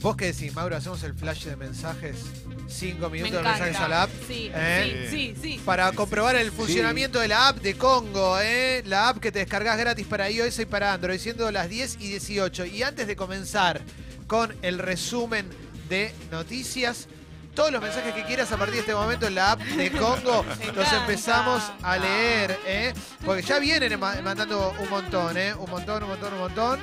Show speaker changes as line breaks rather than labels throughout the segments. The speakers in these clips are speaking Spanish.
¿Vos qué decís, Mauro? Hacemos el flash de mensajes. Cinco
Me
minutos de
encanta.
mensajes a la app.
Sí,
¿Eh?
sí, sí, sí.
Para
Sí,
comprobar el
sí.
funcionamiento de la app de Congo, ¿eh? la app que te descargas gratis para iOS y para Android, siendo las 10 y 18. Y antes de comenzar con el resumen de noticias, todos los mensajes que quieras a partir de este momento en la app de Congo
Me
los
encanta.
empezamos a leer, ¿eh? porque ya vienen ma- mandando un montón, ¿eh? un montón, un montón, un montón.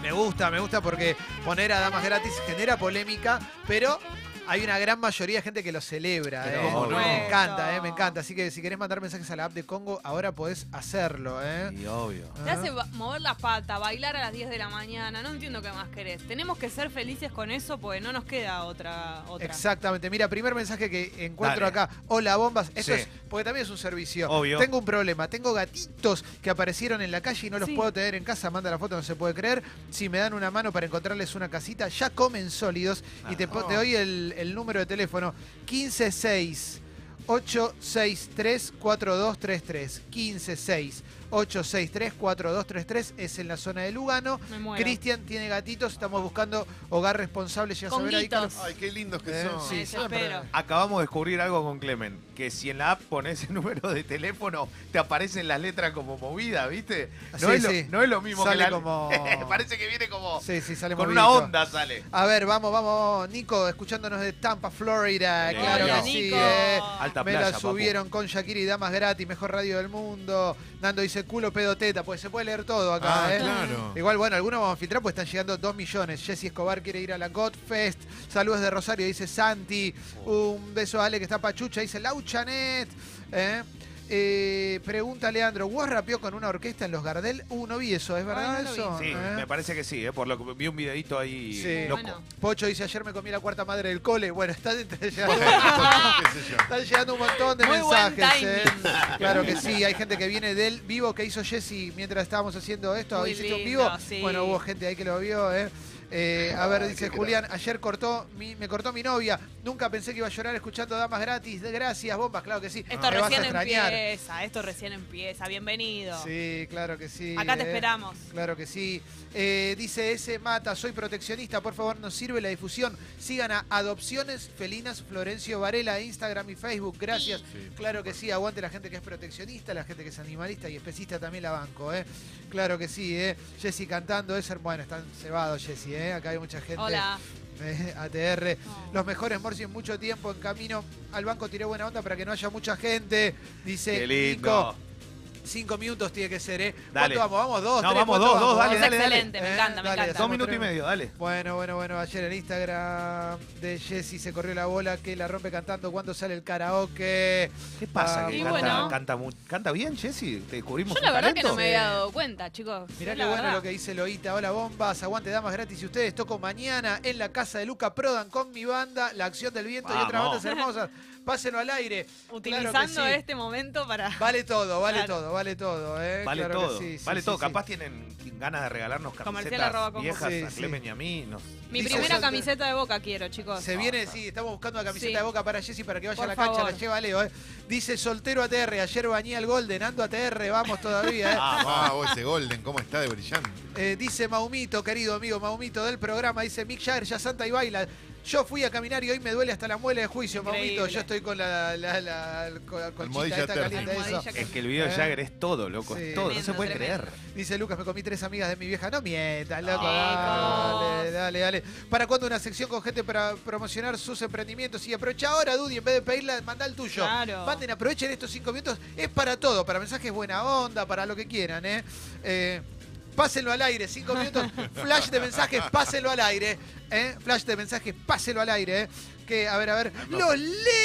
Me gusta, me gusta porque poner a damas gratis genera polémica, pero hay una gran mayoría de gente que lo celebra.
Pero,
¿eh?
¿cómo no?
Me encanta, ¿eh? me encanta. Así que si querés mandar mensajes a la app de Congo, ahora podés hacerlo. ¿eh?
Y obvio.
Te hace ba- mover la pata, bailar a las 10 de la mañana, no entiendo qué más querés. Tenemos que ser felices con eso porque no nos queda otra. otra.
Exactamente. Mira, primer mensaje que encuentro
Dale.
acá. Hola, bombas. Esto
Sí.
es porque también es un servicio.
Obvio.
Tengo un problema. Tengo gatitos que aparecieron en la calle y no los
Sí.
puedo tener en casa. Manda la foto, no se puede creer. Si me dan una mano para encontrarles una casita, ya comen sólidos. Y
Ah.
te, po- te doy el, el número de teléfono 156 863 4233 156 863 4233 es en la zona de Lugano.
Me muero.
Cristian tiene gatitos, estamos buscando hogar responsable, ya a ver ahí, Carlos?
Conguitos.
Ay, qué lindos que
Eh,
son.
sí,
Me desespero.
Acabamos de descubrir algo con Clemen, que si en la app pones el número de teléfono, te aparecen las letras como movida, ¿viste? No,
Sí,
es, lo,
sí.
no es lo mismo
Sale
que la
como-
Parece que viene como
Sí, sí, sale
con
movidito.
una onda sale.
A ver, vamos, vamos, vamos. Nico, escuchándonos de Tampa, Florida.
Sí.
claro
Hola,
que sí.
Nico.
eh.
Alta
Me
playa,
la
papu.
subieron con Shakira y Damas Gratis, mejor radio del mundo. Nando dice culo, pedo, teta. Pues se puede leer todo acá,
Ah,
¿eh?
claro.
Igual, bueno, algunos vamos a filtrar pues están llegando 2 millones. Jessy Escobar quiere ir a la Godfest. Saludos de Rosario, dice Santi. Un beso a Ale que está pachucha, dice Lauchanet. ¿Eh? Eh, pregunta Leandro, ¿vos rapeó con una orquesta en Los Gardel? Uh, no vi eso, ¿es verdad
no lo vi.
eso?
Sí,
¿Eh?
me parece que sí, ¿eh? por lo que vi un videito ahí
Sí.
loco.
Bueno.
Pocho dice, ayer me comí la cuarta madre del cole. Bueno, están, están llegando,
Qué sé yo.
están llegando un montón de
Muy buen
mensajes. ¿eh? Claro que sí, hay gente que viene del vivo que hizo Jessy mientras estábamos haciendo esto.
Muy
¿Hiciste un
lindo,
vivo?
sí.
Bueno, hubo gente ahí que lo vio. ¿eh? Eh, a ver,
Ay,
dice
qué
Julián, ayer cortó mi- me cortó mi novia. Nunca pensé que iba a llorar escuchando Damas Gratis. Gracias, bombas, claro que sí.
Esto
Me vas a
recién
extrañar.
empieza, esto recién empieza. Bienvenido.
Sí, claro que sí.
Acá te
¿eh?
esperamos.
Claro que sí. Eh, dice ese mata, soy proteccionista, por favor nos sirve la difusión. Sigan a Adopciones Felinas Florencio Varela, Instagram y Facebook. Gracias.
Sí.
Claro que sí, aguante la gente que es proteccionista, la gente que es animalista y especista también la banco, ¿eh? Claro que sí, ¿eh? Jessy cantando, es bueno, están cebados Jessy, ¿eh? Acá hay mucha gente.
Hola.
eh, ATR.
Oh.
Los mejores Morsi en mucho tiempo en camino al banco tiré buena onda para que no haya mucha gente. Dice
Qué lindo.
Nico. Cinco minutos tiene que ser, ¿eh?
Dale.
¿Cuánto vamos? ¿Vamos dos?
No,
tres?
vamos
¿Cuánto
dos, dos, dale,
Es
dale, dale.
excelente, me
Eh,
encanta, me
dale,
encanta.
Dos
Estamos
minutos y
tremendo.
medio, dale.
Bueno, bueno, bueno. Ayer en Instagram de Jessy se corrió la bola que la rompe cantando cuando sale el karaoke.
¿Qué pasa?
Ah,
que
Y
canta,
bueno.
canta, mu- canta bien, Jessy? ¿Te descubrimos
Yo la
un
verdad que
talento?
no me había dado cuenta, chicos.
Mirá
Es
qué
la
bueno
verdad.
lo que dice Loita. Hola, bombas. Aguante damas gratis. Y ustedes toco mañana en la casa de Luca Prodan con mi banda, La Acción del Viento y otras
Vamos.
bandas hermosas. Pásenlo al aire.
Utilizando
Claro que sí.
este momento para.
Vale todo, vale
Claro.
todo, vale todo. ¿eh?
Vale
Claro que
todo,
sí, sí,
vale
sí,
todo.
sí.
Capaz tienen ganas de regalarnos
Comercial
camisetas
arroba Congo.
viejas
Sí,
a
sí.
Clemen y a mí. nos-
Mi
Dice
primera
Sandra-
camiseta de boca quiero, chicos.
Se viene, sí, estamos buscando una camiseta
Sí.
de boca para Jessy para que vaya
Por
a la cancha,
favor.
la lleva Leo. eh. Dice soltero ATR, ayer bañé al Golden, ando ATR, vamos todavía. eh.
Ah, vos ese Golden, cómo está de brillante.
Eh, dice Maumito, querido amigo Maumito del programa, dice Mick Jagger, ya santa y baila. Yo fui a caminar y hoy me duele hasta la muela de juicio,
Increíble.
Maumito. Yo estoy con la, la, la- con la colchita
Almohadilla
esta
tersa.
caliente, eso.
Almohadilla
Es que el video de
Eh.
Jagger es todo, loco,
Sí.
es todo. No se
Tremendo,
puede
tremendo.
creer.
Dice Lucas, me comí tres amigas de mi vieja. No mientas, loco.
Chicos.
Dale, dale, dale. ¿Para cuándo una sección con gente para promocionar sus emprendimientos? Y aprovecha ahora, Dudy, en vez de pedirla, manda el tuyo.
Claro.
Manden, aprovechen estos cinco minutos. Es para todo, para mensajes buena onda, para lo que quieran, ¿eh? Eh, Pásenlo al aire, cinco minutos. Flash de mensajes, pásenlo al aire. ¿eh? Flash de mensajes, pásenlo al aire. ¿eh? Que, a ver, a ver. Los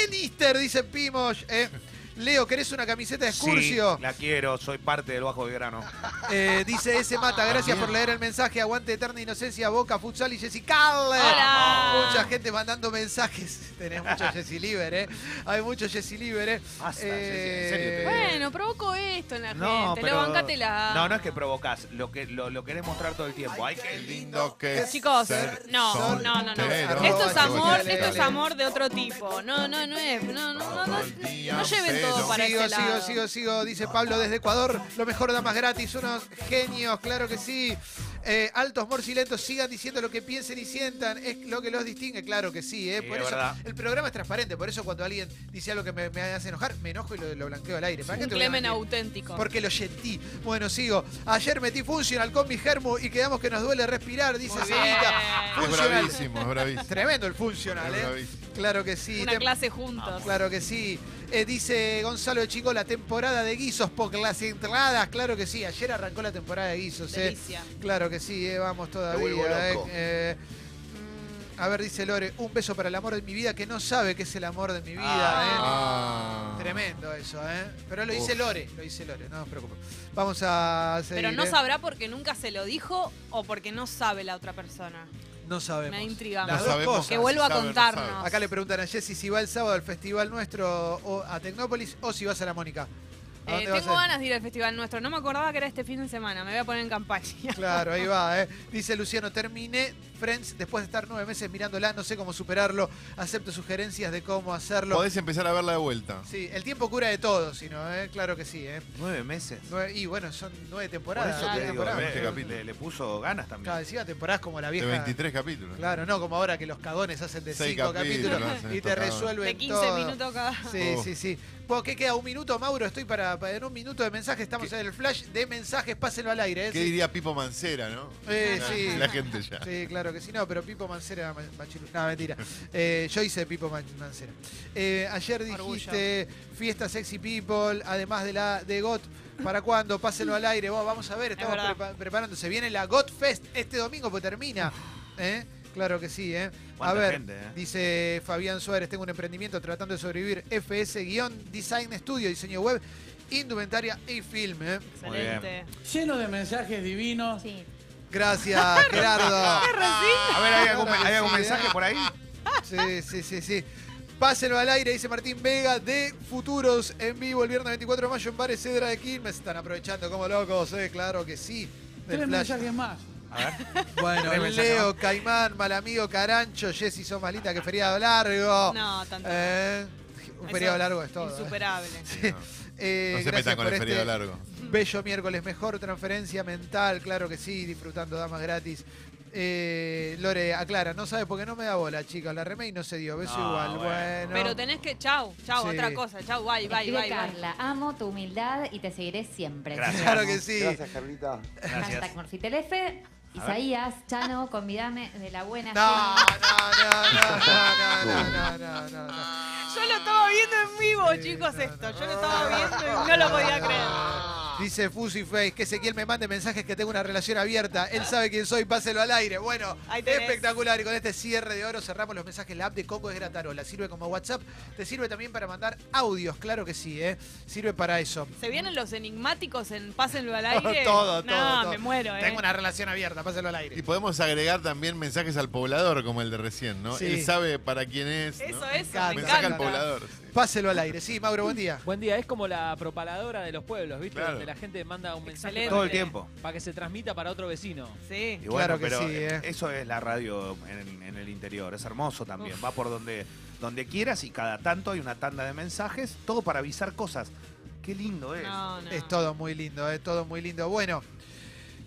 Lannister, dice Pimos. ¿eh? Leo, ¿querés una camiseta de Excursio?
Sí, la quiero, soy parte del Bajo de Grano.
Eh, dice ese mata,
Ah,
gracias por leer el mensaje. Aguante eterna inocencia, Boca, Futsal y Jessy Carle.
Hola.
Mucha gente mandando mensajes. Tenés mucho Jessy Liber, ¿eh? Hay mucho Jessy Liber, ¿eh?
Basta,
Eh,
Jessy, en serio te digo.
Bueno, provoco esto en la
No,
gente.
pero...
Lo bancatela.
No, no es que provocás, lo, que, lo, lo querés mostrar todo el tiempo. Ay, qué lindo.
Lindo que es
Chicos,
ser
no, no, no, no.
soltero.
Esto es amor,
Dale,
esto es
dale.
amor de otro tipo. No, no, no es. No, no, no, no, no lleven todo
Bello.
para
sigo,
ese
sigo,
lado.
sigo, sigo, dice Pablo desde Ecuador. Lo mejor da más gratis, unos genios, claro que sí. Eh, altos morcilentos, sigan diciendo lo que piensen y sientan, es lo que los distingue, claro que sí. eh.
Sí,
Por
es
eso,
verdad.
el programa es transparente, por eso cuando alguien dice algo que me, me hace enojar, me enojo y lo, lo blanqueo al aire. ¿Para qué
Un
te voy a
Clemen
mentir?
auténtico.
Porque lo yetí. Bueno, sigo. Ayer metí Funcional con mi germu y quedamos que nos duele respirar, dice
Muy
Cevita.
bien.
Es
Funcional.
bravísimo, es bravísimo.
Tremendo el
Es
Funcional, ¿eh?
bravísimo.
Claro que sí.
Una
Tem-
clase juntos.
Claro que sí. Eh, dice Gonzalo de Chico, la temporada de guisos por las entradas. Claro que sí. Ayer arrancó la temporada de guisos. Eh.
Delicia.
Claro que sí, eh, vamos
Me
todavía.
vuelvo
eh.
loco.
Eh, mm, a ver, dice Lore, un beso para el amor de mi vida que no sabe que es el amor de mi vida. eh.
Ah.
Tremendo eso, ¿eh? Pero lo
Uf.
dice Lore, lo dice Lore, no os preocupes. Vamos a seguir.
Pero no
eh.
sabrá porque nunca se lo dijo o porque no sabe la otra persona.
No sabemos.
Me intriga.
Las
No
dos
sabemos.
cosas.
Que vuelva a
sabe, no
contarnos.
Acá le preguntan a Jessy si va el sábado al festival nuestro o a Tecnópolis o si vas a la Mónica. ¿A
Eh,
dónde vas a
tengo
ir?
ganas de ir al festival nuestro. No me acordaba que era este fin de semana. Me voy a poner en campaña.
Claro, ahí va, ¿eh? Dice Luciano, terminé Friends después de estar nueve meses mirándola, no sé cómo superarlo, acepto sugerencias de cómo hacerlo.
Podés empezar a verla de vuelta.
Sí, el tiempo cura de todo, si no, ¿eh? Claro que sí, ¿eh?
Nueve meses.
Nueve- y bueno, son nueve
Por
temporadas.
eso
Claro.
diez
te digo,
temporadas.
Este
le,
capítulo.
le- le puso ganas
Claro,
también.
encima temporadas como la
De
vieja.
23 capítulos.
Claro, no como ahora que los cagones hacen de
Seis
cinco capítulos,
capítulos, hacen
y te
esto, cabrón.
resuelven
De 15
todo.
minutos cada.
Sí,
Oh.
sí, sí. Bueno, ¿Qué queda? ¿Un minuto, Mauro? Estoy para, para- en un minuto de mensajes. Estamos en el flash de mensajes. Pásenlo al aire. ¿eh?
¿Qué
Sí.
diría Pipo Mancera, no?
Eh, sí.
La gente ya.
Sí, claro que sí. No, pero Pipo Mancera, Ma- Machiru- No, mentira. Eh, yo hice Pipo Man- Mancera. Eh, ayer dijiste fiesta sexy people, además de la de GOT. ¿Para cuándo? Pásenlo al aire. Vos, vamos a ver, estamos
verdad.
prepa- preparándose. Viene la GOT Fest este domingo, pues termina. ¿Eh? Claro que sí, ¿eh? A
Cuánta
ver,
gente, ¿eh?
dice Fabián Suárez, tengo un emprendimiento tratando de sobrevivir. FS-Design Studio, diseño web, indumentaria y film, ¿eh?
Muy bien.
Excelente.
lleno de mensajes divinos.
Sí.
Gracias, Gerardo.
A ver, ¿hay algún,
Claro que
hay algún
sí,
mensaje
¿eh?
por ahí?
Sí, sí, sí, sí. Pásenlo al aire, dice Martín Vega, de Futuros en vivo el viernes 24 de mayo en Bares Cedra de Quilmes. Están aprovechando como locos, eh, claro que sí. Del
Tres
Flash.
mensajes más.
A ver.
Bueno,
Tres mensajes
Leo, Caimán, Malamigo, Carancho, Jessy, son malita que feriado largo.
No, tanto.
Eh, un
Eso
feriado largo es todo. eh.
Insuperable.
Sí, no.
Eh,
No se
gracias
metan con
por
el feriado
este
largo.
Bello miércoles, mejor transferencia mental, claro que sí, disfrutando damas gratis. Eh, Lore, aclara, no sabe por qué no me da bola, chicas. La remake no se dio, beso
No,
igual.
bueno.
Bueno,
Pero tenés que. Chau, chau,
Sí.
otra cosa. Chau, bye, bye,
Escribe
bye. bye.
Carla, amo tu humildad y te seguiré siempre.
Gracias.
Claro que sí.
Gracias, Carlita.
Gracias.
Hashtag Morfitelefe, Isaías, Chano, convidame de la buena.
No,
gente.
no, no, no, no, no, no, no, no.
Yo lo estaba viendo en vivo,
Sí,
chicos,
no,
esto.
no.
Yo lo estaba viendo y no lo podía creer.
Dice Fuzzy Face que Ezequiel me mande mensajes que tengo una relación abierta. Él sabe quién soy, páselo al aire. Bueno,
Ahí tenés.
espectacular. Y con este cierre de oro cerramos los mensajes. La app de Coco es gratarola. Sirve como WhatsApp. Te sirve también para mandar audios, claro que sí, ¿eh? Sirve para eso.
Se vienen los enigmáticos en Pásenlo al aire.
Todo, todo,
No,
todo.
me muero, eh.
Tengo una relación abierta, páselo al aire.
Y podemos agregar también mensajes al poblador, como el de recién, ¿no?
Sí.
Él sabe para quién es. ¿no?
Eso, eso,
encanta.
me
Me saca
Mensaje
el
al
encanta.
poblador. sí.
Páselo al aire. Sí, Mauro, buen día.
Buen día, es como la propaladora de los pueblos, ¿viste?
Claro.
Donde la gente manda un mensaje
Excelente.
para
Todo el
que-
tiempo.
para que se transmita para otro vecino.
Sí.
Y bueno,
Claro que
pero
sí,
eh,
eh.
eso es la radio en, en el interior. Es hermoso también. Va por donde, donde quieras y cada tanto hay una tanda de mensajes, todo para avisar cosas. Qué lindo es.
No, no.
Es todo muy lindo, es todo muy lindo. Bueno,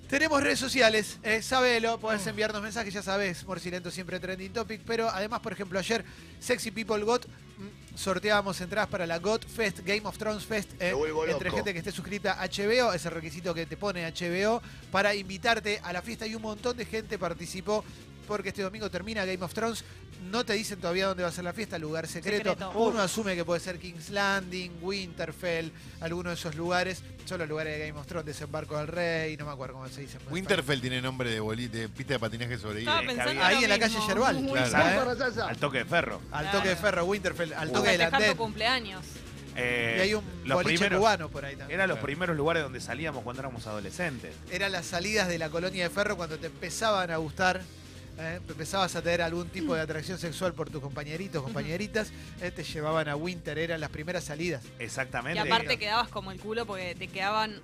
tenemos redes sociales, eh, sabelo, podés
Oh.
enviarnos mensajes, ya sabés, Morcilento siempre trending topic, pero además, por ejemplo, ayer Sexy People Got mm, sorteábamos entradas para la Got Fest, Game of Thrones Fest, eh, entre gente que esté suscrita a HBO, ese requisito que te pone HBO, para invitarte a la fiesta y un montón de gente participó. Porque este domingo termina Game of Thrones, no te dicen todavía dónde va a ser la fiesta, lugar secreto.
Secreto.
Uno asume que puede ser King's Landing, Winterfell, alguno de esos lugares. Son los lugares de Game of Thrones, Desembarco del Rey, no me acuerdo cómo se dice. en
Winterfell tiene nombre de, boli- de pista de patinaje sobre hielo.
Estaba pensando
Ahí
lo
en la
mismo.
calle Yerbal,
Muy
claro,
bien.
¿eh?
Al toque de ferro.
Al toque de ferro, Winterfell, al
Uh.
toque del
Festejar tu
andén.
cumpleaños.
Eh,
Y hay un
los
boliche
primeros-
cubano por ahí también.
Eran los
Claro.
primeros lugares donde salíamos cuando éramos adolescentes.
Eran las salidas de la colonia de ferro cuando te empezaban a gustar. ¿eh? empezabas a tener algún tipo de atracción sexual por tus compañeritos, compañeritas, eh, te llevaban a Winter, eran las primeras salidas.
Y
Exactamente.
aparte quedabas como el culo porque te quedaban.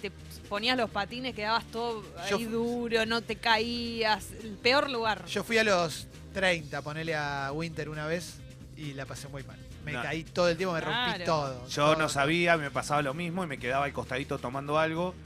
Te ponías los patines, quedabas todo
Yo
ahí
fu-
duro, no te caías. El peor lugar.
Yo fui a los 30, ponele a Winter una vez y la pasé muy mal. Me
No.
caí todo el tiempo, me rompí
Claro.
todo.
Yo
todo.
no sabía, me pasaba lo mismo y me quedaba al costadito tomando algo.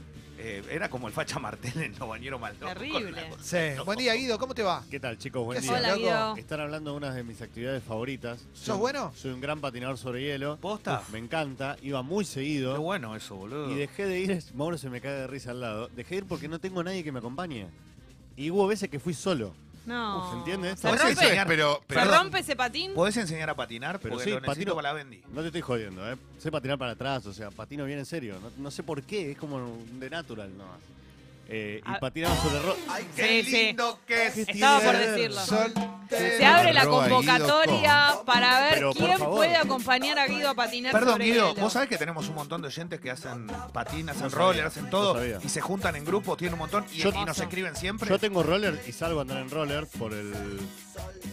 Eh, era como el facha martel en los bañeros mal.
Terrible.
Sí. Buen día, Guido, ¿cómo te va?
¿Qué tal, chicos? Buen
¿Qué
día.
haces,
Hola, Guido.
Están hablando de una de mis actividades favoritas.
¿Sos
Soy-
bueno?
Soy un gran patinador sobre hielo.
¿Posta?
Me encanta, iba muy
Qué
seguido.
bueno eso, boludo.
Y dejé de ir, es- Mauro se me cae de risa al lado. Dejé de ir porque no tengo nadie que me acompañe. Y hubo veces que fui solo.
No.
Uf, ¿entiendes?
Se
Por eso
rompe,
es, pero,
se
pero-
rompe ese patín.
¿Podés enseñar a patinar?
Pero
Porque
sí,
lo necesito
patino.
para la Bendy.
No te estoy jodiendo, ¿eh? Sé patinar para atrás, o sea, patino bien en serio. No, no sé por qué, es como un de natural nomás. Eh, y
Ah.
patinaba sobre ro
¡Ay,
qué Sí, sí. lindo
que
¿Qué
Estaba por
tiene?
decirlo.
Soltero.
Se abre la
Arroba Guido
convocatoria para ver
Pero, por
quién
favor.
puede acompañar a Guido a patinar
Perdón,
sobre
Guido,
hielo.
vos sabés que tenemos un montón de oyentes que hacen patín, hacen
No sabía,
roller, hacen
no
todo
sabía.
y se juntan en grupos, tienen un montón y,
Yo-
y nos escriben siempre.
Yo tengo roller y salgo a andar en roller por el.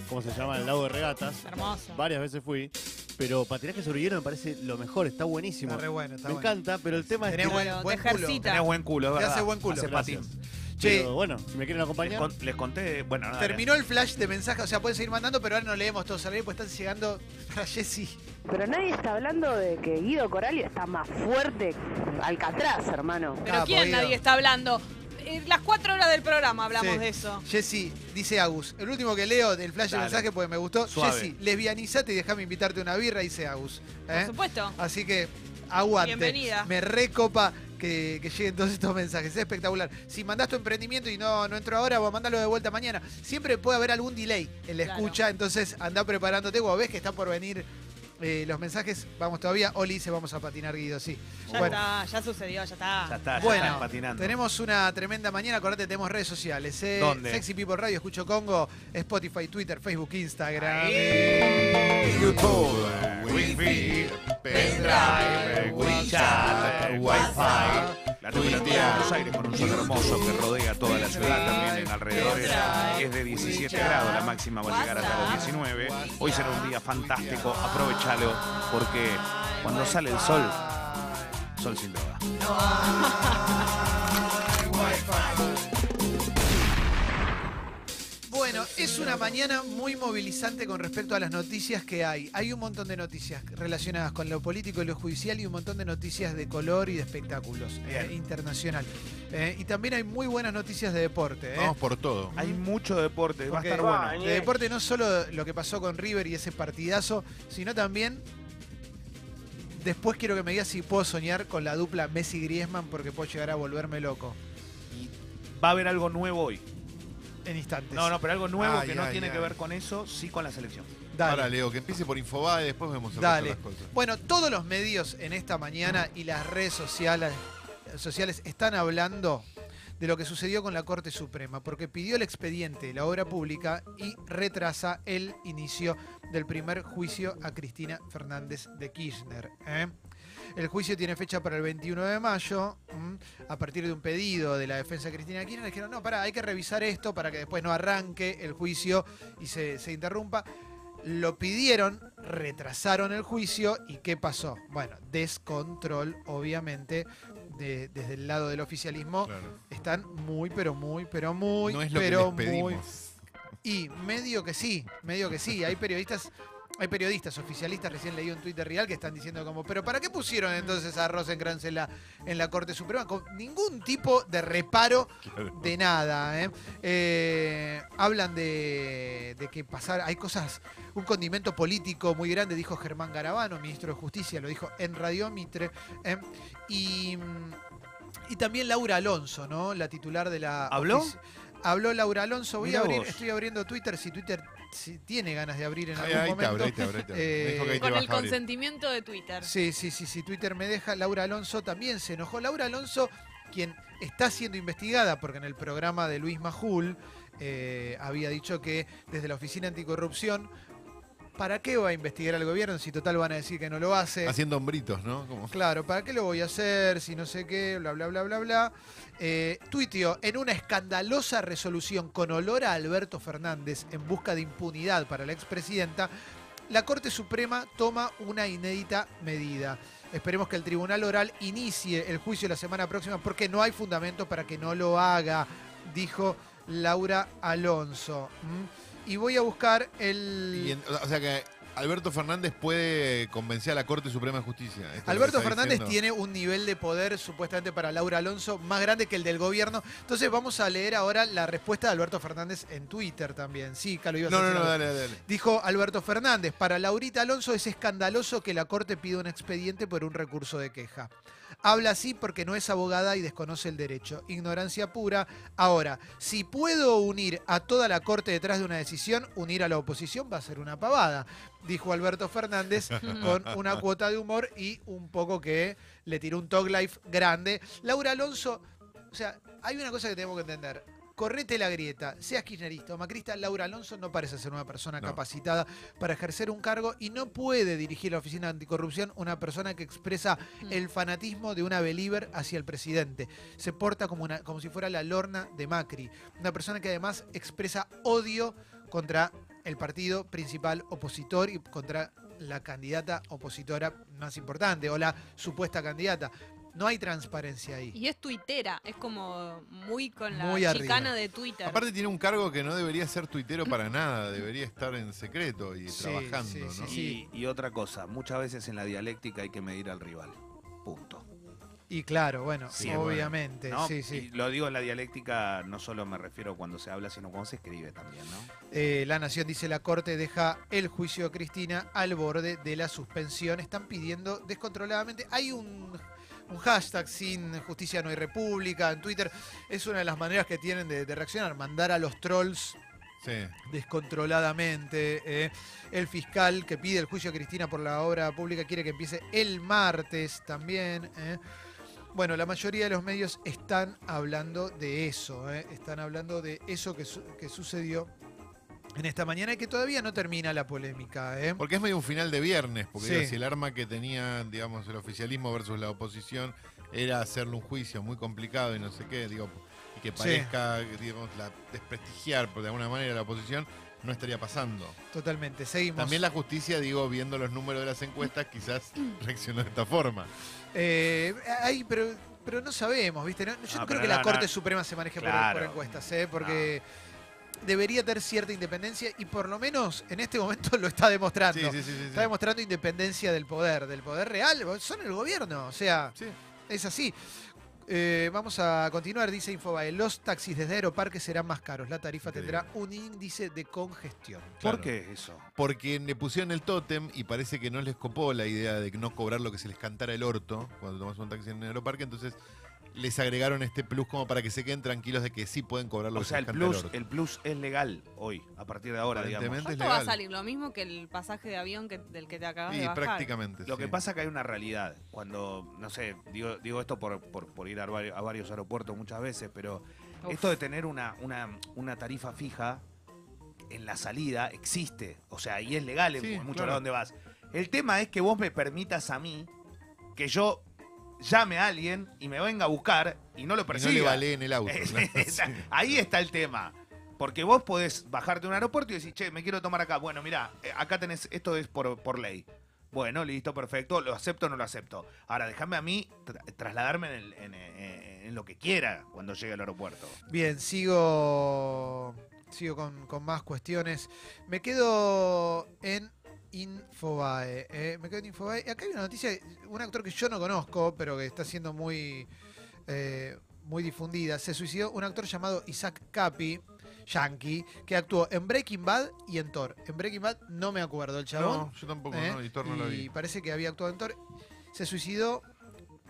¿Cómo se llama? El lago de regatas.
Hermoso.
Varias veces fui. Pero patinaje sobre hielo me parece lo mejor, está buenísimo.
Está re bueno, está
me
bueno.
encanta, pero el tema es
Tenés
que.
buen,
Claro,
buen
te
culo.
ejercita.
Tenés buen culo, es
Te
¿verdad?
hace buen culo.
Haces patín.
Gracias.
Che,
Pero bueno, si me quieren
Les,
acompañar.
con- les conté, bueno, nada,
Terminó el flash de mensajes, o sea, pueden seguir mandando, pero ahora no leemos todos al aire porque están llegando para Jessy.
Pero nadie está hablando de que Guido Coralio está más fuerte que Alcatraz, hermano.
Pero
Capo,
¿quién
Guido.
nadie está hablando? Eh, las cuatro horas del programa hablamos
Sí. ¿Eh?
de eso.
Jessy, dice Agus. El último que leo del flash
Dale.
de mensaje porque me gustó.
Suave.
Jessy, lesbianizate y déjame invitarte una birra, dice Agus. ¿Eh?
Por supuesto.
Así que aguante.
Bienvenida.
Me recopa que, que lleguen todos estos mensajes. Es espectacular. Si mandás tu emprendimiento y no, no entró ahora, vos mandalo de vuelta mañana. Siempre puede haber algún delay en la
Claro.
escucha, entonces andá preparándote. Vos ves que está por venir eh, los mensajes. Vamos todavía. Oli dice, vamos a patinar, Guido, sí.
Ya
Bueno.
está, ya sucedió, ya está.
Ya está, ya
Bueno,
están patinando.
tenemos una tremenda mañana. Acordate, tenemos redes sociales. ¿eh?
¿Dónde?
Sexy People Radio, Escucho Congo, Spotify, Twitter, Facebook, Instagram.
YouTube, Wi-Fi, pendrive, WeChat, Wi-Fi.
La temperatura de Buenos Aires con un sol hermoso que rodea toda la ciudad también en alrededores es de 17 grados, la máxima va a llegar hasta los 19. Hoy será un día fantástico, aprovechalo porque cuando sale el sol, sol sin duda.
Bueno, es una mañana muy movilizante con respecto a las noticias que hay. Hay un montón de noticias relacionadas con lo político y lo judicial y un montón de noticias de color y de espectáculos eh,
Bien.
internacional. Eh, y también hay muy buenas noticias de deporte. ¿eh?
Vamos
Oh.
por todo.
Hay mucho deporte, va a
Ok.
estar bueno.
De deporte no solo lo que pasó con River y ese partidazo, sino también después quiero que me digas si puedo soñar con la dupla Messi Griezmann porque puedo llegar a volverme loco
Va a haber algo nuevo hoy.
en instantes.
No, no, pero algo nuevo
Ay,
que no
ay,
tiene
ay.
que ver con eso, sí con la selección.
Dale.
Ahora, Leo, que empiece por Infobae, después vemos el resto de
Dale.
las cosas.
Bueno, todos los medios en esta mañana y las redes sociales, sociales están hablando de lo que sucedió con la Corte Suprema, porque pidió el expediente de la obra pública y retrasa el inicio del primer juicio a Cristina Fernández de Kirchner. ¿eh? El juicio tiene fecha para el 21 de mayo, ¿m? a partir de un pedido de la defensa de Cristina Kirchner, dijeron, no, pará, hay que revisar esto para que después no arranque el juicio y se, se interrumpa. Lo pidieron, retrasaron el juicio y ¿qué pasó? Bueno, descontrol, obviamente, de- desde el lado del oficialismo.
Claro.
Están muy, pero muy, pero muy,
No es lo que
pero
les pedimos.
muy. Y medio que sí, medio que sí. Hay periodistas, hay periodistas oficialistas, recién leí un Twitter real que están diciendo como, pero ¿para qué pusieron entonces a Rosenkrantz en la, en la Corte Suprema? Con ningún tipo de reparo
Claro.
de nada. ¿eh? Eh, hablan de, de que pasar, hay cosas, un condimento político muy grande, dijo Germán Garabano, ministro de Justicia, lo dijo en Radio Mitre. ¿eh? Y, mm, y también Laura Alonso, ¿no? La titular de la...
¿Habló?
ofici- Habló Laura Alonso, voy a
Mirá
abrir,
vos.
estoy abriendo Twitter, si Twitter si tiene ganas de abrir en
Ahí,
algún
ahí te
momento.
abre, ahí te abre. ahí te abre. Me dijo que ahí te
Con
vas
el
a abrir.
consentimiento de Twitter.
Sí, sí, sí, sí, Twitter me deja. Laura Alonso también se enojó. Laura Alonso, quien está siendo investigada, porque en el programa de Luis Majul eh, había dicho que desde la Oficina Anticorrupción, ¿para qué va a investigar al gobierno si total van a decir que no lo hace?
Haciendo hombritos, ¿no? Como...
Claro, ¿para qué lo voy a hacer? Si no sé qué, bla, bla, bla, bla, bla. Eh, tuiteó en una escandalosa resolución con olor a Alberto Fernández en busca de impunidad para la expresidenta, la Corte Suprema toma una inédita medida. Esperemos que el Tribunal Oral inicie el juicio la semana próxima porque no hay fundamento para que no lo haga, dijo Laura Alonso. ¿Mm? Y voy a buscar el...
Y en- o sea que Alberto Fernández puede convencer a la Corte Suprema de Justicia. Esto es lo que
Alberto
está
Fernández
diciendo.
tiene un nivel de poder supuestamente para Laura Alonso más grande que el del gobierno. Entonces vamos a leer ahora la respuesta de Alberto Fernández en Twitter también. Sí, Calo, ibas a
No, no,
decir
no,
algo.
dale, dale.
Dijo Alberto Fernández, para Laurita Alonso es escandaloso que la Corte pida un expediente por un recurso de queja. Habla así porque no es abogada y desconoce el derecho. Ignorancia pura. Ahora, si puedo unir a toda la Corte detrás de una decisión, unir a la oposición va a ser una pavada, dijo Alberto Fernández con una cuota de humor y un poco que le tiró un talk life grande. Laura Alonso, o sea, hay una cosa que tenemos que entender. Correte la grieta, seas kirchnerista o macrista, Laura Alonso no parece ser una persona
No.
capacitada para ejercer un cargo y no puede dirigir la oficina anticorrupción una persona que expresa
Mm.
el fanatismo de una believer hacia el presidente. Se porta como, una, como si fuera la lorna de Macri, una persona que además expresa odio contra el partido principal opositor y contra la candidata opositora más importante o la supuesta candidata. No hay transparencia ahí.
Y es tuitera, es como muy con la
Muy arriba.
chicana de Twitter.
Aparte tiene un cargo que no debería ser tuitero para nada, debería estar en secreto y
Sí,
trabajando,
sí, sí,
¿no?
Sí.
Y, y otra cosa, muchas veces en la dialéctica hay que medir al rival. Punto.
Y claro, bueno,
Sí, bueno,
obviamente,
¿no?
sí, sí.
Y lo digo en la dialéctica, no solo me refiero cuando se habla, sino cuando se escribe también, ¿no?
Eh, la Nación dice la Corte deja el juicio de Cristina al borde de la suspensión. Están pidiendo descontroladamente. Hay un, un hashtag sin justicia no hay república en Twitter. Es una de las maneras que tienen de, de reaccionar, mandar a los trolls
Sí.
descontroladamente. eh. El fiscal que pide el juicio a Cristina por la obra pública quiere que empiece el martes también. eh. Bueno, la mayoría de los medios están hablando de eso, eh, están hablando de eso que, su- que sucedió en esta mañana y que todavía no termina la polémica. eh.
Porque es medio un final de viernes, porque
Sí.
digo, si el arma que tenía, digamos, el oficialismo versus la oposición era hacerle un juicio muy complicado y no sé qué, digo, y que
Sí.
parezca, digamos, la, desprestigiar por de alguna manera la oposición, no estaría pasando.
Totalmente, seguimos.
También la justicia, digo, viendo los números de las encuestas, quizás reaccionó de esta forma.
Eh, ay, pero, pero no sabemos, ¿viste? No- yo
No,
no creo
pero
que
no,
la
no.
Corte Suprema se maneje por- por,
Claro.
encuestas, ¿eh? Porque debería tener cierta independencia y por lo menos en este momento lo está demostrando.
Sí, sí, sí, sí, sí.
Está demostrando independencia del poder, del poder real. Son el gobierno, o sea,
Sí.
es así. Eh, vamos a continuar, dice Infobae. Los taxis desde Aeroparque serán más caros. La tarifa
Increíble.
tendrá un índice de congestión.
Claro.
¿Por qué eso?
Porque le pusieron el tótem y parece que no les copó la idea de no cobrar lo que se les cantara el orto cuando tomas un taxi en el aeroparque, entonces les agregaron este plus como para que se queden tranquilos de que sí pueden cobrar lo
O
que
sea,
se
el
les canta
plus,
el orto.
el plus es legal hoy, a partir de ahora, digamos.
Aparentemente
¿Cuánto
es
va a
legal.
salir? Lo mismo que el pasaje de avión que- del que te acabas
Y
de bajar.
prácticamente.
Lo que
sí.
pasa que hay una realidad. Cuando, no sé, digo, digo esto por, por, por ir a, vari- a varios aeropuertos muchas veces, pero
Uf.
esto de tener una, una, una tarifa fija en la salida existe. O sea, y es legal en,
Sí,
en muchos lados
claro.
donde vas. El tema es que vos me permitas a mí que yo llame a alguien y me venga a buscar y no lo
Y no le
persiga.
vale en el auto. claro.
Esa- Ahí está el tema. Porque vos podés bajarte de un aeropuerto y decir, che, me quiero tomar acá. Bueno, mirá, eh, acá tenés, esto es por, por ley. Bueno, listo, perfecto, lo acepto o no lo acepto. Ahora, déjame a mí tra- trasladarme en, el- en, eh, en lo que quiera cuando llegue al aeropuerto.
Bien, sigo, sigo con, con más cuestiones. Me quedo en Infobae. eh, me quedo en Infobae. Acá hay una noticia, de un actor que yo no conozco, pero que está siendo muy, eh, muy difundida. Se suicidó un actor llamado Isaac Capi, yankee, que actuó en Breaking Bad y en Thor. En Breaking Bad no me acuerdo el chabón.
No, yo tampoco,
¿Eh?
no, y Thor no lo
Y
vi.
parece que había actuado en Thor. Se suicidó,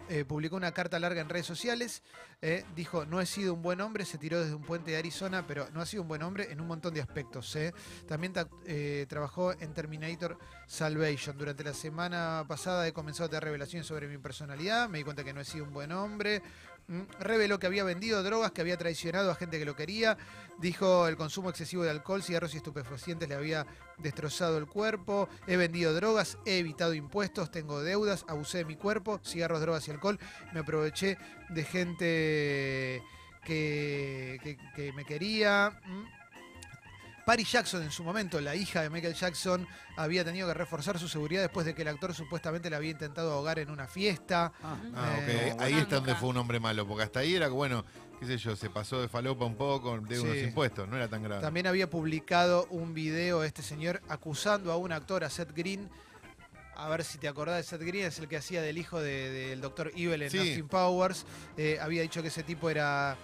eh, publicó una carta larga en redes sociales, eh, dijo, no he sido un buen hombre, se tiró desde un puente de Arizona, pero no ha sido un buen hombre en un montón de aspectos. eh". También ta- eh, trabajó en Terminator Salvation. Durante la semana pasada he comenzado a tener revelaciones sobre mi personalidad, me di cuenta que no he sido un buen hombre. Mm, Reveló que había vendido drogas, que había traicionado a gente que lo quería. Dijo el consumo excesivo de alcohol, cigarros y estupefacientes le había destrozado el cuerpo, he vendido drogas, he evitado impuestos, tengo deudas, abusé de mi cuerpo, cigarros, drogas y alcohol, me aproveché de gente que, que- que me quería. ¿m? Paris Jackson en su momento, la hija de Michael Jackson, había tenido que reforzar su seguridad después de que el actor supuestamente la había intentado ahogar en una fiesta.
Ah, ok.
Eh,
Ahí
bueno.
es donde fue un hombre malo, porque hasta ahí era, bueno, qué sé yo, se pasó de falopa un poco, de unos
Sí.
impuestos, no era tan grave.
También había publicado un video este señor acusando a un actor, a Seth Green. A ver si te acordás de Seth Green, es el que hacía del hijo de- del doctor Evil en
Sí.
Austin Powers. Eh, había dicho que ese tipo era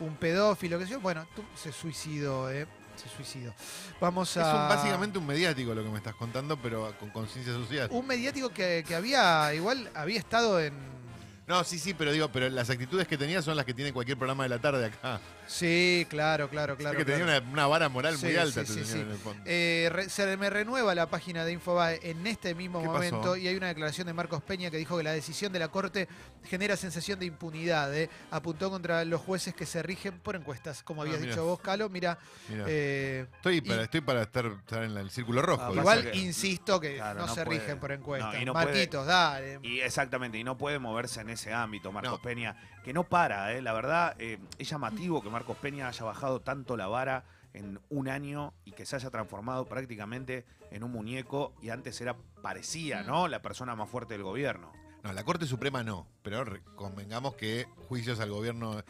un pedófilo, qué sé yo. Bueno, tú- se suicidó, ¿eh? Se suicidó. Vamos
Es
a.
un- básicamente un mediático lo que me estás contando, pero con conciencia social.
Un mediático que, que había, igual, había estado en.
No, sí, sí, pero digo, pero las actitudes que tenía son las que tiene cualquier programa de la tarde acá.
Sí, claro, claro,
Claro,
claro.
que
claro.
tenía una, una vara moral
Sí,
muy alta,
sí, sí,
este señor,
sí.
en el fondo.
Eh, re- se me renueva la página de Infobae en este mismo
¿Qué pasó?
momento y hay una declaración de Marcos Peña que dijo que la decisión de la Corte genera sensación de impunidad. eh. Apuntó contra los jueces que se rigen por encuestas, como
Ah,
habías
mirá.
dicho vos, Calo. Mira,
Mirá,
eh,
estoy, para,
y-
estoy para estar, estar en la- el círculo rojo.
Ah,
¿eh?
pasa
igual
que-
insisto que
Claro,
no,
no
se
puede.
rigen por encuestas.
No, y no
Marquitos, dale.
Y exactamente, y no puede moverse en ese ámbito, Marcos
No.
Peña, que no para, ¿eh? la verdad, eh, es llamativo que Marcos Peña haya bajado tanto la vara en un año y que se haya transformado prácticamente en un muñeco y antes era parecía, ¿no? La persona más fuerte del gobierno.
No, la Corte Suprema no, pero re- convengamos que juicios al gobierno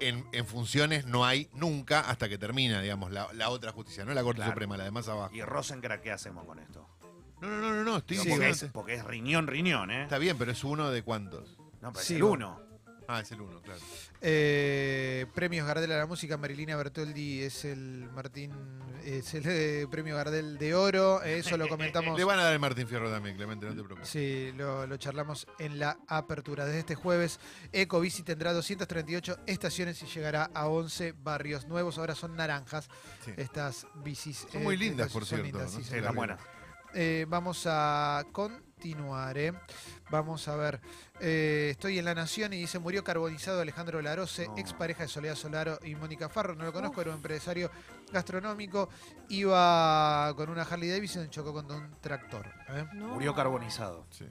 en, en funciones no hay nunca hasta que termina, digamos, la, la otra justicia, no la Corte
Claro.
Suprema, la de más abajo.
Y Rosencra, ¿qué hacemos con esto?
No, no, no, no, no, estoy
Digo,
Sí,
porque,
diciendo-
es, porque es riñón, riñón, ¿eh?
Está bien, pero es uno de cuántos.
No, pero es
Sí,
el
bueno.
uno.
Ah, es el uno, claro.
Eh, premios Gardel a la música, Marilina Bertoldi es el Martín, es el eh, premio Gardel de oro, eh, eso lo comentamos.
Le van a dar el Martín Fierro también, Clemente, no te preocupes.
Sí, lo, lo charlamos en la apertura. Desde este jueves, Ecobici tendrá 238 estaciones y llegará a 11 barrios nuevos. Ahora son naranjas
Sí.
estas bicis.
Son muy
eh,
lindas,
estas-
por
son
cierto,
lindas,
¿no?
sí,
Sí,
son
Está
las
lindas.
buena.
Eh, vamos a continuar. ¿eh? Vamos a ver. Eh, estoy en La Nación y dice: Murió carbonizado Alejandro Larose,
No.
expareja de Soledad Solaro y Mónica Farro. No lo conozco, era un empresario gastronómico. Iba con una Harley Davidson y chocó contra un tractor. ¿eh?
Murió carbonizado.
Sí.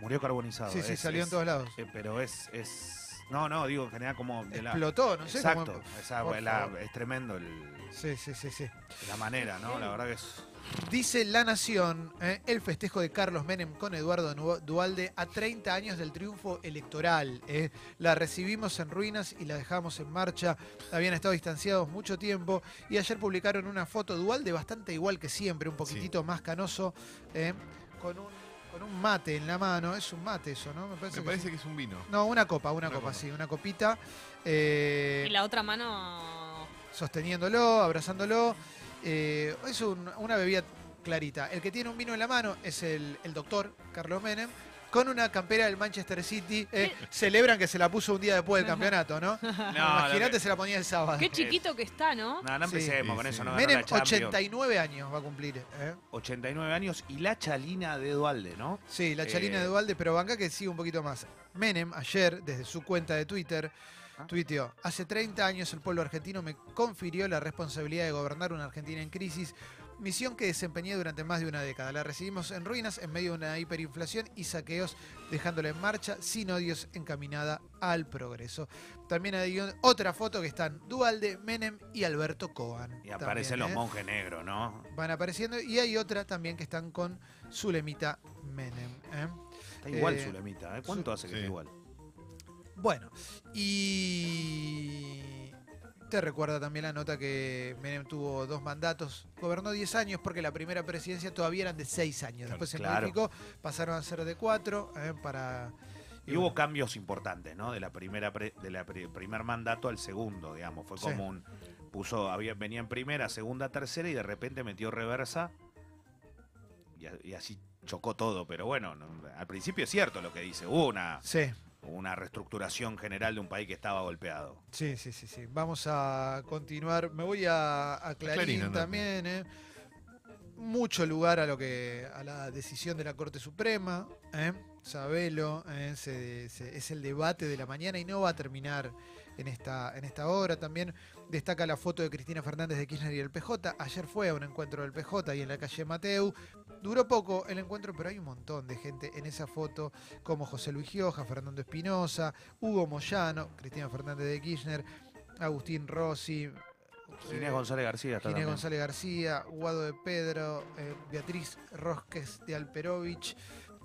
Murió carbonizado.
Sí, sí,
es-
salió en
es-
todos lados.
eh, pero es, es. No, no, digo, en general como. De la,
explotó, no sé
Exacto,
cómo.
esa-
por
la-
favor.
es tremendo el-
Sí, sí, sí, sí.
la manera, ¿no? La verdad que es
Dice La Nación, eh, el festejo de Carlos Menem con Eduardo Nu- Dualde a 30 años del triunfo electoral. eh. La recibimos en ruinas y la dejamos en marcha. Habían estado distanciados mucho tiempo y ayer publicaron una foto Dualde bastante igual que siempre, un poquitito más canoso, eh, con, un, con un mate en la mano. Es un mate eso, ¿no? Me parece
Me
que
parece que es un vino.
sí. No, una copa, una,
Una
copa,
copa.
sí, una copita. eh,
Y la otra mano.
sosteniéndolo, abrazándolo. Eh, es un- una bebida clarita. El que tiene un vino en la mano es el, el doctor Carlos Menem. Con una campera del Manchester City. Eh, celebran que se la puso un día después del campeonato, ¿no? Imagínate, se la ponía el sábado.
Qué chiquito que está, ¿no?
No, no
Sí.
empecemos con
Sí,
eso,
sí.
no ganó
Menem,
la Champions.
89 años va a cumplir. ¿eh?
89 años y la chalina de Dualde, ¿no?
Sí, la chalina
Eh.
de Dualde, pero banca que sigue un poquito más. Menem, ayer, desde su cuenta de Twitter,
Ah.
tuiteó: Hace 30 años el pueblo argentino me confirió la responsabilidad de gobernar una Argentina en crisis, misión que desempeñé durante más de una década. La recibimos en ruinas, en medio de una hiperinflación y saqueos, dejándola en marcha, sin odios, encaminada al progreso. También hay un- otra foto que están Dualde, Menem y Alberto Coan.
Y aparecen los
también, ¿eh?
monjes negros, ¿no?
Van apareciendo, y hay otra también que están con Zulemita Menem. ¿eh?
Está igual
Eh,
Zulemita, ¿eh? ¿Cuánto hace que
sí.
está igual?
Bueno, y te recuerda también la nota que Menem tuvo dos mandatos, gobernó 10 años porque la primera presidencia todavía eran de 6 años,
Claro,
después se
claro.
modificó, pasaron a ser de 4 para...
Y hubo
bueno,
cambios importantes, ¿no? De la primera pre- de la pri- primer mandato al segundo, digamos. Fue
Sí.
como un puso había venía en primera, segunda, tercera y de repente metió reversa y, a- y así chocó todo. Pero bueno, no- al principio es cierto lo que dice. Hubo una
Sí,
una reestructuración general de un país que estaba golpeado.
sí, sí, sí, sí. Vamos a continuar. Me voy a, a Clarín,
Clarín, andate.
también. ¿eh? Mucho lugar a lo que a la decisión de la Corte Suprema. ¿eh? Sabelo, ¿eh? Se- se- es el debate de la mañana y no va a terminar en esta, en esta hora. También destaca la foto de Cristina Fernández de Kirchner y el PJ. Ayer fue a un encuentro del PJ y en la calle Mateu. Duró poco el encuentro, pero hay un montón de gente en esa foto, como José Luis Gioja, Fernando Espinosa, Hugo Moyano, Cristina Fernández de Kirchner, Agustín Rossi,
Ginés
eh,
González García está
Ginés
también.
González García, Guado de Pedro, eh, Beatriz Rosques de Alperovich.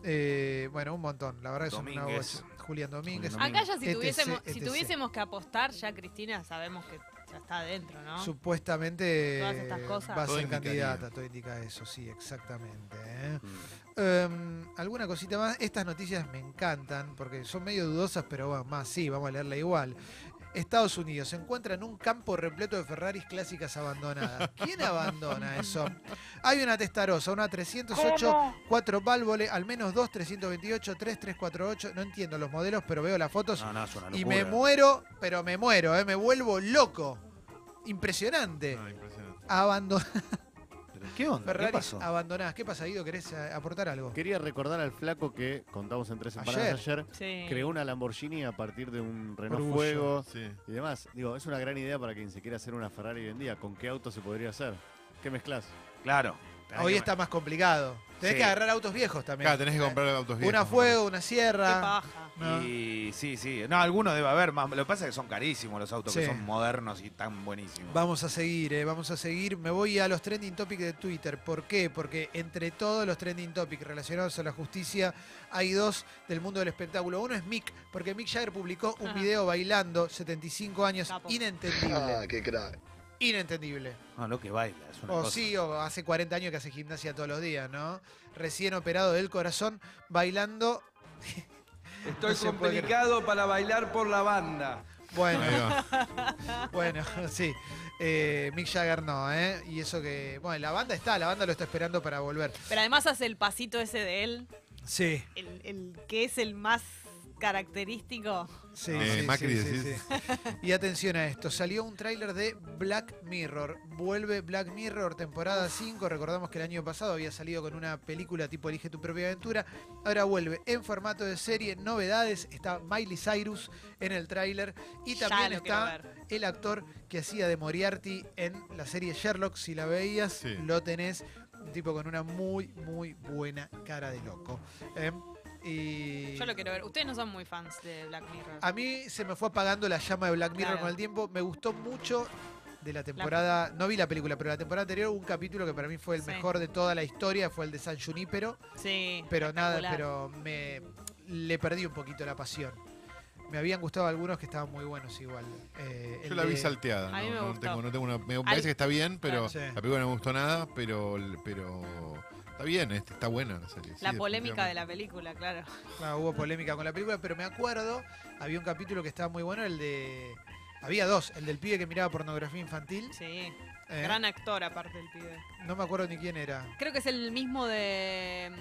eh, bueno, un montón. La verdad es una
Domínguez.
bocha. Julián Domínguez.
Julián
Acá ya si
etc,
tuviésemos, si
etc.
tuviésemos que apostar, ya Cristina sabemos que ya está adentro, ¿no?
Supuestamente
Todas estas cosas.
va a
Todo
ser
indicaría.
candidata, todo indica eso, sí, exactamente. ¿eh? Em, ¿Alguna cosita más? Estas noticias me encantan porque son medio dudosas, pero bueno, más sí, vamos a leerla igual. Estados Unidos se encuentra en un campo repleto de Ferraris clásicas abandonadas. ¿Quién abandona eso? Hay una Testarossa, una 308
¿Cómo?
cuatro válvulas, al menos dos, 328, tres, 348. No entiendo los modelos, pero veo las fotos
No, no, es una
y
Ah, locura.
me muero, pero me muero, ¿eh? me vuelvo loco. Impresionante.
No, Ah, impresionante.
Abandonar.
¿Pero Ah. ¿Qué onda? ¿Qué
Ferrari
pasó?
abandonadas. ¿Qué pasa, Guido? ¿Querés eh, aportar algo?
Quería recordar al flaco que contamos en tres empanadas
Ayer.
ayer.
Sí.
Creó una Lamborghini a partir de un Renault
Orgullo.
Fuego
Sí.
y demás. Digo, es una gran idea para quien se quiera hacer una Ferrari hoy en día. ¿Con qué auto se podría hacer? ¿Qué mezclas?
Claro.
Hoy está más complicado. Tenés
Sí.
que agarrar autos viejos también. Eh,
Claro, tenés que comprar autos viejos.
Una fuego, una
Qué
sierra.
paja.
¿no?
Y sí, sí. No, algunos debe haber más. Lo que pasa es que son carísimos los autos, que
Sí.
son modernos y tan buenísimos.
Vamos a seguir, eh, vamos a seguir. Me voy a los trending topics de Twitter. ¿Por qué? Porque entre todos los trending topics relacionados a la justicia hay dos del mundo del espectáculo. Uno es Mick, porque Mick Jagger publicó un
Ajá.
video bailando, 75 años,
Capo.
inentendible. Inentendible.
No, lo que baila es una
O
cosa.
Oh, sí, o hace 40 años que hace gimnasia todos los días, ¿no? Recién operado del corazón, bailando. Estoy complicado para bailar por la banda.
Ahí
Bueno,
va.
bueno, sí. Eh, Mick Jagger no, ¿eh? Y eso que. Bueno, la banda está, la banda lo está esperando para volver.
Pero además hace el pasito ese de él,
Sí,
el, el que es el más característico.
sí,
Eh,
sí,
Macri
sí, sí,
decís.
sí. Y atención a esto: salió un tráiler de Black Mirror. Vuelve Black Mirror, temporada 5. Recordamos que el año pasado había salido con una película tipo Elige tu propia aventura. Ahora vuelve en formato de serie, novedades. Está Miley Cyrus en el tráiler. Y
Ya
también
lo quiero
está
ver.
el actor que hacía de Moriarty en la serie Sherlock. Si la veías,
Sí.
lo tenés. Un tipo con una muy, muy buena cara de loco. ¿eh? y
Yo lo quiero ver. Ustedes no son muy fans de Black Mirror.
a mí se me fue apagando la llama de Black Mirror
Claro.
con el tiempo. Me gustó mucho de la temporada, no vi la película, pero la temporada anterior hubo un capítulo que para mí fue el
Sí.
mejor de toda la historia, fue el de San Junípero,
sí.
pero nada,
espectacular.
pero me le perdí un poquito la pasión. Me habían gustado algunos que estaban muy buenos igual. Eh,
Yo
el
la vi
de-
salteada.
A mí me
No, no
gustó.
tengo, no tengo una, me parece que está bien, pero
Claro. Sí.
la película no me gustó nada, pero, pero está bien, este, está buena la serie.
La polémica de la película, claro.
Ah, hubo polémica con la película, pero me acuerdo, había un capítulo que estaba muy bueno, el de... Había dos, el del pibe que miraba pornografía infantil.
Sí.
eh,
Gran actor aparte del pibe.
No me acuerdo ni quién era.
Creo que es el mismo de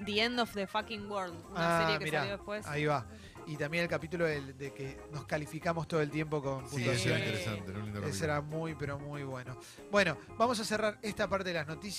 mm, The End of the Fucking World, una
Ah,
serie que
mirá,
salió después.
Ahí va. Y también el capítulo del- de, que nos calificamos todo el tiempo con
Sí,
puntuación.
eso era
Sí.
interesante, era un lindo
Ese
capítulo.
era muy, pero muy bueno. Bueno, vamos a cerrar esta parte de las noticias.